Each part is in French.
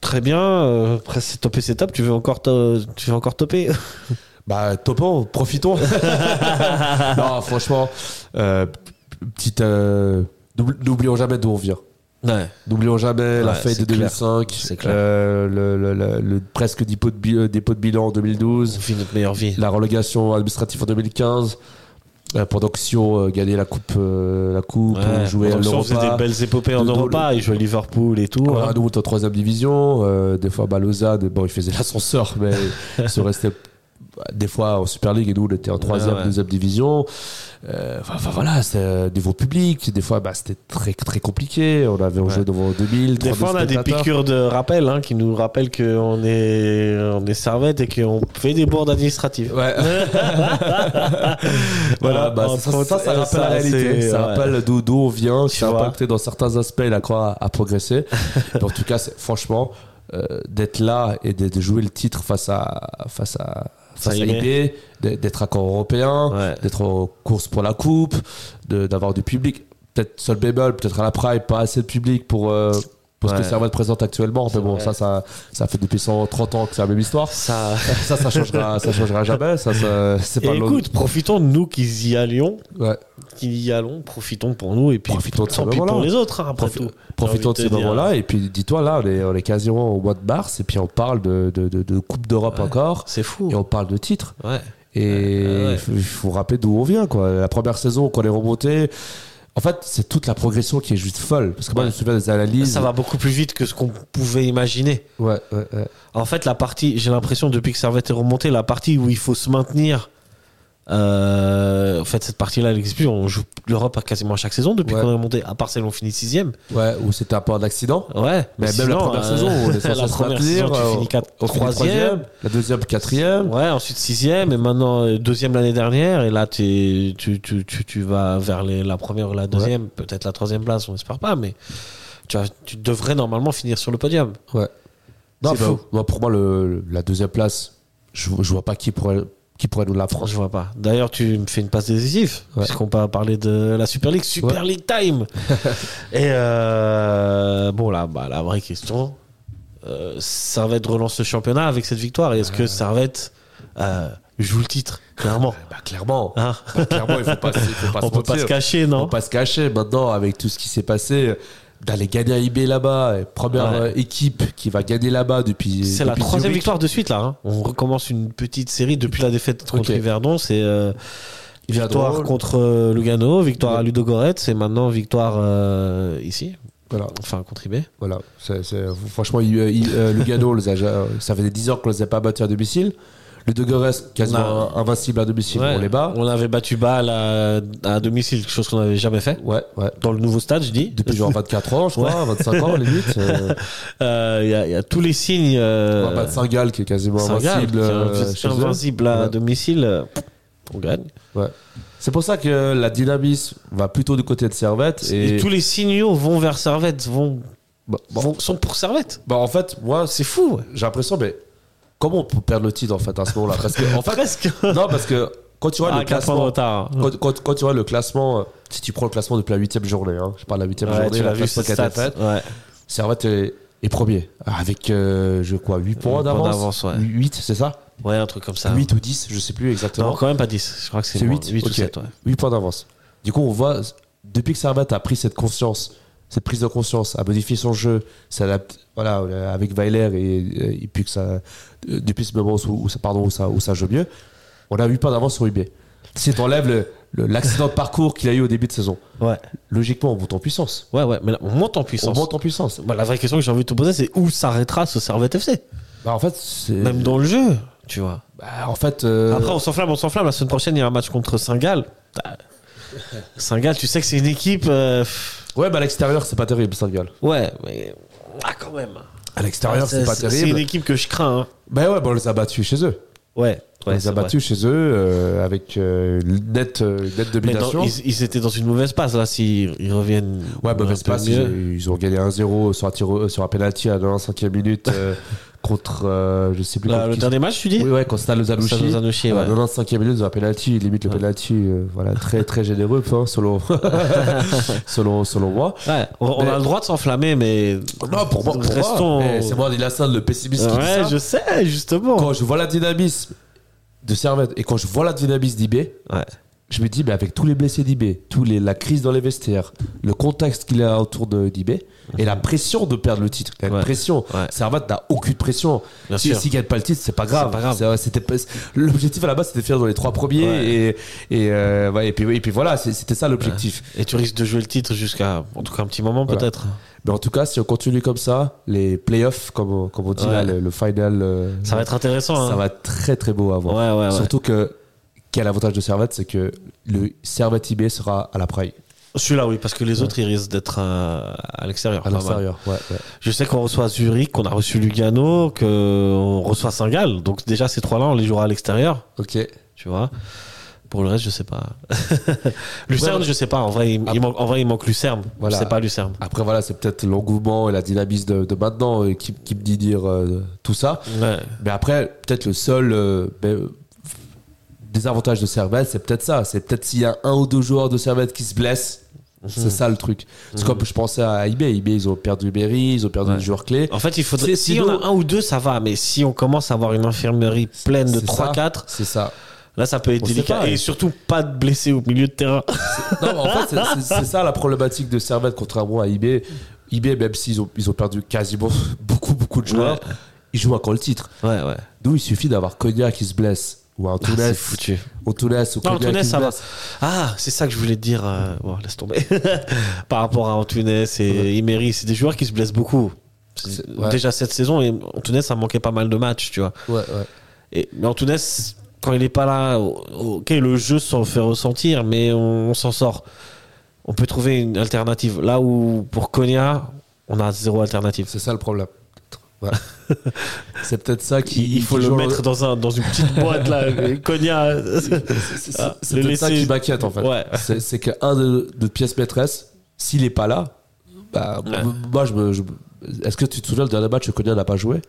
très bien. euh, Après, c'est topé, c'est top. Tu veux encore, to- tu veux encore topper Bah, topons, profitons. non, franchement, euh, p- petite. euh, n'oubl- N'oublions jamais d'où on vient. Ouais. N'oublions jamais la Ouais, fête de c'est clair. 2005, C'est clair. euh, le, le- le- le presque dépôt de, bi- euh, dépôt de bilan en On 2012, vit notre meilleure vie. la relégation administrative en 2015, euh, pendant que Sion euh, gagnait la coupe, euh, la coupe Ouais. on jouait à Donc, si on faisait des l'Europa. belles épopées en Nous, nous, Europa. Ils jouaient à Liverpool et tout. Voilà, hein. nous, on était en troisième division. euh, des fois, bah, Lausanne, bon, ils faisaient l'ascenseur, mais ils se restaient bah, des fois en Super League et nous, on était en troisième, ouais. deuxième division. Euh, Enfin, enfin, voilà, c'était euh, niveau public. Des fois, bah, c'était très, très compliqué. On avait on Ouais. jouait devant 2000, Des 3000 fois, on a des spectateurs. piqûres de rappel hein, qui nous rappellent qu'on est, on est servette et qu'on fait des bourdes administratives. Ouais. voilà, Ah, bah, en ça, ça, France, ça rappelle ça, la réalité. c'est- Ça ouais. rappelle d'où d'où on vient. Tu ça vois. rappelle que t'es dans certains aspects, là, quoi, à progresser. Mais en tout cas, c'est- franchement, euh, d'être là et de, de jouer le titre face à, face à, Ça face à y IB, d'être d'être à camp européen, Ouais. d'être en course pour la coupe, de- d'avoir du public. Peut-être seul bémol, peut-être à la Pride, pas assez de public pour. euh, pour ce Ouais. que Servette présente actuellement, mais bon, vrai. ça, ça, ça fait depuis 130 ans que c'est la même histoire Ça. ça, ça changera, ça changera jamais. Ça, ça- c'est Et pas long. écoute, profitons de nous qui y allions, Ouais. qui y allons, profitons pour nous et puis Profitons de tant ce pis pour moment-là. les autres, hein, après Profi- tout. profitons de J'ai ces envie te dire. moments-là. Et puis, dis-toi, là, on est, on est quasiment au mois de mars. Et puis, on parle de, de, de- de Coupe d'Europe encore. C'est fou. Et on parle de titres. Ouais. Et il Ouais, ouais. faut- il faut rappeler d'où on vient. Quoi. La première saison, qu'on est remonté. En fait, c'est toute la progression qui est juste folle. Parce que moi, Ouais. je me souviens des analyses. Ça va beaucoup plus vite que ce qu'on pouvait imaginer. Ouais, ouais, ouais. En fait, la partie, j'ai l'impression depuis que Servette est remonté, la partie où il faut se maintenir. euh, en fait, cette partie-là, elle n'existe plus. On joue l'Europe à quasiment chaque saison depuis Ouais. qu'on est remonté. À part celle où on finit sixième. Ouais, Ou c'était un peu un accident. Ouais. Mais même la sinon, première euh, saison, on est censé la se première maintenir, saison, tu euh, finis quatre- on finit troisième. La deuxième, quatrième. Ouais, ensuite sixième, et maintenant euh, deuxième l'année dernière, et là t'es- tu, tu, tu, tu vas vers les- la première ou la deuxième, peut-être la troisième place, on n'espère pas, mais tu, as- tu devrais normalement finir sur le podium. Ouais. Non, C'est bah, fou. moi, pour moi, le, le- la deuxième place, je, je vois pas qui pourrait, qui pourrait nous la prendre. Je vois pas. D'ailleurs, tu me fais une passe décisive, Ouais. puisqu'on peut parler de la Super League, Super League Time. et euh, bon, là, bah, la vraie question, euh, Servette relance le championnat avec cette victoire, et est-ce que Servette euh, joue le titre, clairement Bah, clairement. Hein Bah, clairement, il faut pas, il faut pas On se peut pas mentir. se cacher, On non peut pas se cacher. Maintenant, avec tout ce qui s'est passé, d'aller gagner à IB là-bas, et première Ouais. euh, équipe qui va gagner là-bas depuis. C'est la depuis troisième Zurich. victoire de suite là. hein. On recommence une petite série depuis la défaite contre Ok. Yverdon. C'est euh, Yverdon. victoire contre euh, Lugano, victoire à Ouais. Ludogorets et maintenant victoire euh, ici, Voilà, enfin contre IB. voilà. C'est- c'est- franchement, il, il- euh, Lugano, on les a ja- ça faisait 10 ans qu'on les a pas battus à domicile. Le De Gores, quasiment invincible à domicile, Ouais. on les bat. On avait battu Bâle à, à domicile, quelque chose qu'on n'avait jamais fait. Ouais, ouais. Dans le nouveau stade, je dis. Depuis genre 24 ans, je crois, 25 ans, limite. Euh, Euh, Il y, a- il y a tous les signes. euh, On va battre Saint-Gall qui est quasiment Saint-Gall, bah, invincible. qui est euh, chez eux. invincible à Ouais. domicile. euh, On gagne. Ouais. C'est pour ça que la dynamisme va plutôt du côté de Servette. Et, Et, tous les signaux vont vers Servette, vont, Bon, bon. vont- sont pour Servette. Bah, en fait, moi, c'est- C'est fou. ouais. j'ai l'impression, mais comment on peut perdre le titre en fait à ce moment-là Parce que, en fait, Presque. non, parce que quand tu vois Ah, le quatre points de classement, retard. quand, quand- quand tu vois le classement, euh, si tu prends le classement depuis la 8 journée, hein, je parle de la 8 Ouais, journée, tu l'as la vu classement cette qui a stat. été faite, Ouais. Servette est, est premier avec euh, je crois 8 points points d'avance. d'avance, ouais. 8, c'est ça ouais, un truc comme ça. hein. 8 ou 10, je sais plus exactement. Non, quand même pas 10. Je crois que c'est C'est 8, 8, 8 ok. ou 7. Ouais. 8 points d'avance. Du coup, on voit, depuis que Servette a pris cette conscience, cette prise de conscience, a modifié son jeu, s'adapte, voilà, euh, avec Weiler, et, et puis que ça, euh, depuis ce moment où, où ça, pardon, où ça, où ça joue mieux, on a 8 points d'avance sur UB. Si tu enlèves l'accident le, l'accident de parcours qu'il a eu au début de saison, ouais. logiquement, on monte en puissance. Ouais, ouais. Mais là, on monte en On puissance. monte en puissance. Bah, la vraie question que j'ai envie de te poser, c'est où s'arrêtera ce Servette FC Bah, en fait, c'est. Même dans le jeu, tu vois. bah, en fait. euh, Après, on s'enflamme, on s'enflamme. La semaine prochaine, il y a un match contre Saint-Gall. Bah, Saint-Gall, tu sais que c'est une équipe. euh, pff, Ouais, bah, à l'extérieur, c'est pas terrible, saint Ouais, mais. Ah, quand même. À l'extérieur, c'est pas C'est une terrible. équipe que je crains. hein. Bah, ouais, bah, on les a battus chez eux. Ouais. On ouais, les c'est a vrai. battus chez eux euh, avec euh, une nette, euh, une nette Mais dans- domination. ils, ils étaient dans une mauvaise passe, là, s'ils ils reviennent. Ouais, un mauvaise peu passe. mieux. euh, Ils, ils ont gagné 1-0 sur un, tir- sur un penalty à la 5 minute euh, contre, euh, je sais plus Là, contre Bah, le qui. dernier match, tu dis Oui, ouais, contre Stade Lozanouchi. Stade Lozanouchi, À la ouais. 95e minute, ils ont un penalty, limite le Ouais. penalty, euh, voilà, très très généreux, enfin, selon, selon, selon moi. Ouais, on, on a Mais- le droit de s'enflammer, mais. Non, pour moi, pour moi, Restons- eh, c'est moi, Dilassan, le pessimiste qui dit Ouais, ça. je sais, justement. Quand je vois la dynamisme de Servette et quand je vois la dynamisme d'IB, Ouais. je me dis, mais avec tous les blessés d'IB, tous les, la crise dans les vestiaires, le contexte qu'il a autour de d'IB et la pression de perdre le titre, la Ouais. pression. Ouais. Servette n'a aucune pression. Bien si sûr. s'il gagne pas le titre, c'est pas grave. C'est pas grave. C'est- c'était pas- L'objectif à la base, c'était de faire dans les trois premiers Ouais. et, et, euh, ouais, et, puis, et puis voilà, c'est- c'était ça l'objectif. Et tu risques de jouer le titre jusqu'à, en tout cas, un petit moment Voilà. peut-être. Mais en tout cas, si on continue comme ça, les playoffs, comme, on- comme on dit Ouais. là, le, le final, euh, Ça va être intéressant. hein. ça va être très très beau à voir. Ouais, ouais, ouais. Surtout que quel avantage de Servette, c'est que le Servette IB sera à la praille, Celui-là, oui, parce que les autres, ils risquent d'être euh, à l'extérieur. à pas mal. l'extérieur. Ouais, ouais. Je sais qu'on reçoit Zurich, qu'on a reçu Lugano, qu'on reçoit Saint-Gall. Donc déjà, ces trois-là, on les jouera à l'extérieur, Ok. tu vois. Pour le reste, je sais pas. Lucerne, Ouais, ouais. je sais pas. En vrai, il, il Ah. manque, en vrai, il manque Lucerne. Voilà. Je sais pas Lucerne. Après voilà, c'est peut-être l'engouement et la dynamisme de, de maintenant euh, qui, qui me dit dire euh, tout ça. Ouais. Mais après, peut-être le seul euh, ben, euh, désavantage de Servette, c'est peut-être ça. C'est peut-être s'il y a un ou deux joueurs de Servette qui se blessent. Mhm. C'est ça le truc. C'est comme je pensais à IB. IB, ils ont perdu Berry, ils ont perdu Ouais. le joueur clé. En fait, il faudrait. Si C'est- sinon- on a un ou deux, ça va. Mais si on commence à avoir une infirmerie pleine de C'est 3-4, ça, C'est ça. là, ça peut être On sait délicat. pas, et ouais. surtout, pas de blessés au milieu de terrain. Non, mais en fait, c'est- c'est- c'est ça la problématique de Servette, contrairement à IB. IB, même s'ils ont, ils ont perdu quasiment beaucoup, beaucoup de joueurs, ils jouent encore le titre. Ouais, ouais. D'où il suffit d'avoir Konya qui se blesse. Ou un Ah, c'est Tounes. foutu. Ou Tounes, ou Non, Konya Antunes, qui se ça va. blesse. Ah, c'est ça que je voulais te dire. euh, Bon, laisse tomber. Par rapport à Antunes et Imery, c'est des joueurs qui se blessent beaucoup. C'est- C'est- ouais. Déjà cette saison, et Antunes, ça manquait pas mal de matchs, tu vois. Ouais, ouais. Et, mais Antunes, quand il est pas là, o- ok, le jeu s'en fait ressentir, mais on, on s'en sort. On peut trouver une alternative. Là où, pour Konya, on a zéro alternative. C'est ça le problème. Ouais. c'est peut-être ça qui. Il, il faut qui le joue- mettre dans, un, dans une petite boîte, là. Konya. C'est- Ah, C'est le peut-être ça laisser- qui m'inquiète en fait. Ouais. C'est- C'est qu'un de, de pièces maîtresses, s'il n'est pas là, bah, moi je me. je- Est-ce que tu te souviens le dernier match que Konya n'a pas joué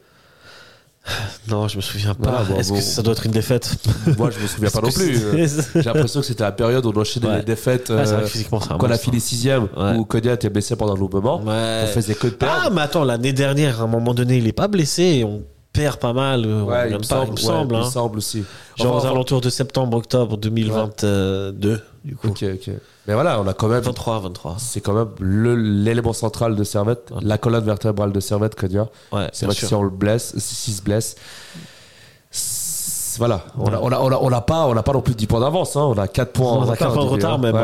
Non, je me souviens pas. Voilà, bon, Est-ce bon. que ça doit être une défaite Moi je me souviens pas non Est-ce que plus. Euh, c'est- J'ai l'impression que c'était la période où on enchaînait Ouais. les défaites. Ouais, c'est vrai euh, que physiquement, c'est un quand on a monstre, hein. fini sixième, Ouais. où Konya était blessé pendant le moment, Ouais. on faisait que de Ah, perdre. mais attends, l'année dernière, à un moment donné, il est pas blessé et on perd pas mal. euh, on Ouais, gagne il me pas, semble, il me ouais, semble, il me hein. semble aussi. Genre aux Enfin, alentours de septembre-octobre 2022, du coup. Ok, ok. Mais voilà, on a quand même 23, 23. c'est quand même le- l'élément central de Servette, la colonne vertébrale de Servette, Konya. Ouais, c'est bien vrai que sûr. si on le blesse, si- s'il se blesse, c'est- voilà, on n'a on a, on a- on a pas, on a pas non plus 10 points d'avance, hein. on a 4 points, On en a quatre retard, points de je dirais, retard, même,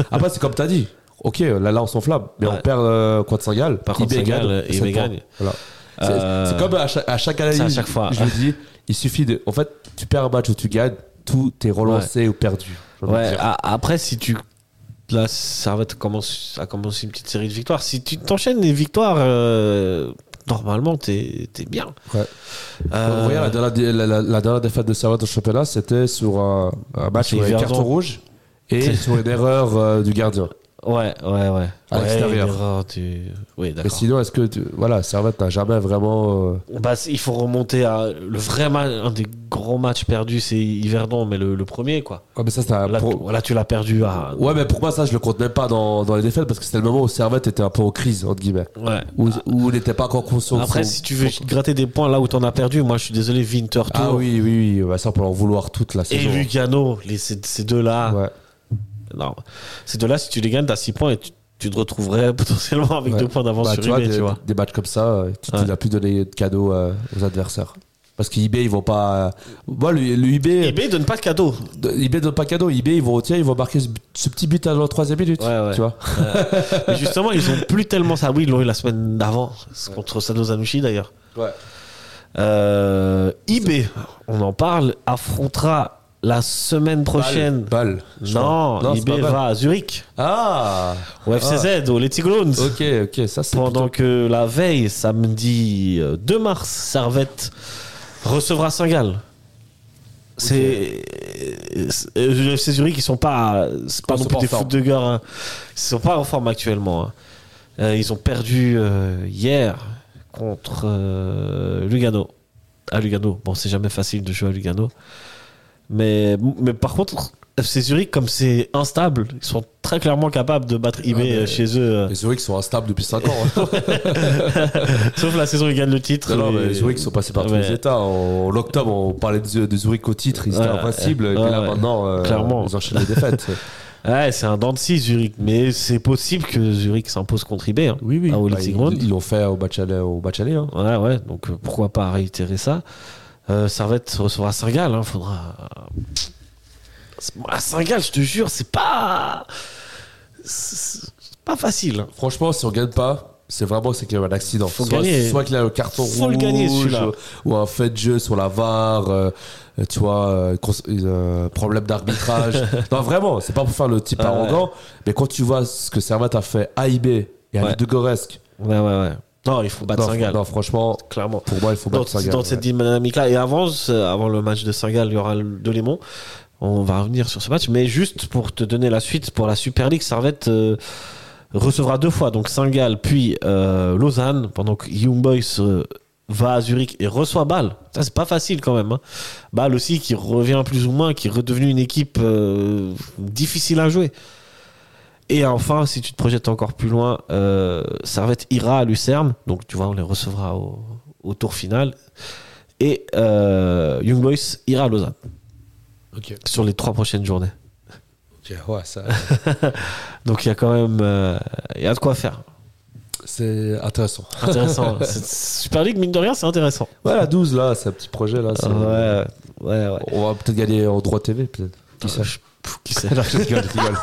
hein. Après, c'est comme tu as dit, ok, là, là on s'enflamme, mais Ouais. on perd euh, quoi de Saint-Gall, Par contre, Saint-Gall, euh, il gagne. Voilà. C'est Euh, c'est comme à chaque, à chaque analyse, c'est à chaque fois. je le dis, il suffit de. En fait, tu perds un match ou tu gagnes, tout est relancé ou perdu. j'ai envie de Ouais, dire. a- après, si tu. Là, ça va te commence, à commencer une petite série de victoires. Si tu t'enchaînes les victoires, euh, normalement, t'es es bien. Ouais. Euh, Regarde, la dernière, la- la- la dernière défaite de Servette au championnat, c'était sur un, un match C'est où il y avait Verdon. carton rouge et sur une erreur euh, du gardien. ouais, ouais, ouais. À Ouais, l'extérieur. une erreur, tu- Oui, Mais d'accord. sinon, est-ce que tu- voilà, Servette n'a jamais vraiment. euh, Bah, c'est- il faut remonter à le vrai match, un des grands matchs perdus, c'est Yverdon, mais le, le premier quoi. Ouais, mais ça, c'était un Là, pro- t- là, tu l'as perdu à. Ouais, mais pour moi, ça, je le compte même pas dans, dans les défaites parce que c'était le moment où Servette était un peu en crise, entre guillemets. Ouais. Où, où il n'était pas encore conscient. de Après, son- si tu veux gratter des points là où t'en as perdu, moi je suis désolé, Winter Ah oui, oui, oui, bah, ça, on peut en vouloir toute la et saison. Lugano, les, ces, ces deux-là. Ouais. Non. Ces deux-là, si tu les gagnes, t'as 6 points et tu, tu te retrouverais potentiellement avec Ouais. 2 points d'avance Bah, sur tu, vois, eBay, des, tu vois. des matchs comme ça, euh, tu, tu Ouais. n'as plus donné de cadeaux euh, aux adversaires. Parce qu'IB, ils vont pas. euh, Moi, le, le eBay, eBay donne pas de cadeau. De- IB donne pas cadeau. IB, ils vont retirer, ils vont marquer ce, ce petit but à la troisième minute. Ouais, ouais. Tu vois Mais justement, ils ont plus tellement ça. Oui, ils l'ont eu la semaine d'avant, c'est contre Sado Zanushi d'ailleurs. Ouais. Euh, IB, on en parle, affrontera la semaine prochaine. Balle. non, Non, c'est IB pas mal. va à Zurich, Ah au FCZ, au Letty Clowns. Ok, ok, ça c'est. Pendant que la veille, samedi euh, 2 mars, Servette recevra Saint-Gall. C'est c'est- euh, le FC Zurich, ils sont pas, c'est pas Ils non sont plus pas des en forme. foot de guerre. hein. Ils sont pas en forme actuellement. hein. Euh, ils ont perdu euh, hier contre euh, Lugano. à Lugano. Bon, c'est jamais facile de jouer à Lugano. Mais, mais par contre, FC Zurich, comme c'est instable, ils sont très clairement capables de battre IB mais- chez eux. euh, Les Zurich sont instables depuis 5 ans. hein. Sauf la saison où ils gagnent le titre. Non, non, mais mais- les Zurich sont passés par tous Ouais. les États. En, en octobre, on parlait de, de Zurich au titre, ils étaient Ouais, invincibles. et ouais, puis là, ouais. maintenant, euh, Clairement. ils enchaînent les défaites. Ouais, c'est un dent de scie, Zurich. Mais c'est possible que Zurich s'impose contre IB. hein. oui, oui. Ah, au Bah, ils, Leipzig Round. ils l'ont fait au match aller. Au match aller, hein. Ouais, ouais, donc euh, pourquoi pas réitérer ça. Euh, Servette recevra Saint-Gall, hein, faudra. C'est- À Saint-Gall, je te jure, c'est pas. C'est c'est pas facile. hein. Franchement, si on gagne pas, c'est vraiment c'est qu'il y a eu un accident. Faut soit, gagner. soit qu'il y a un carton Faut le rouge, gagner, celui-là. ou un fait de jeu sur la VAR, euh, euh, tu vois, euh, cons- euh, problème d'arbitrage. non, vraiment, c'est pas pour faire le type Ouais, arrogant, mais quand tu vois ce que Servat a fait à IB et à Ouais. de Goresk, Ouais, ouais, ouais. Non, il faut battre non, Saint-Gall, non, franchement, clairement. pour moi, il faut Dans, battre Saint-Gall. dans cette dynamique-là. Et avant, ce- avant le match de Saint-Gall, il y aura le- de Lémon. On va revenir sur ce match. Mais juste pour te donner la suite, pour la Super League, Servette euh, recevra deux fois. Donc Saint-Gall, puis euh, Lausanne, pendant que Young Boys euh, va à Zurich et reçoit Bâle. Ça, c'est pas facile quand même. Hein. Bâle aussi qui revient plus ou moins, qui est redevenue une équipe euh, difficile à jouer. Et enfin, si tu te projettes encore plus loin, euh, Servette ira à Lucerne. Donc, tu vois, on les recevra au, au tour final. Et euh, Young Boys ira à Lausanne Ok. sur les trois prochaines journées. Ouais, ça, Donc, il y a quand même. euh, Il y a de quoi faire. c'est intéressant. Intéressant. C'est- Super League, mine de rien, c'est intéressant. Ouais, la 12, là, c'est un petit projet, là. c'est- Ouais, ouais, ouais. On va peut-être gagner en droit TV, peut-être. Qui sait Pff, Qui sait Non, je rigole, je rigole.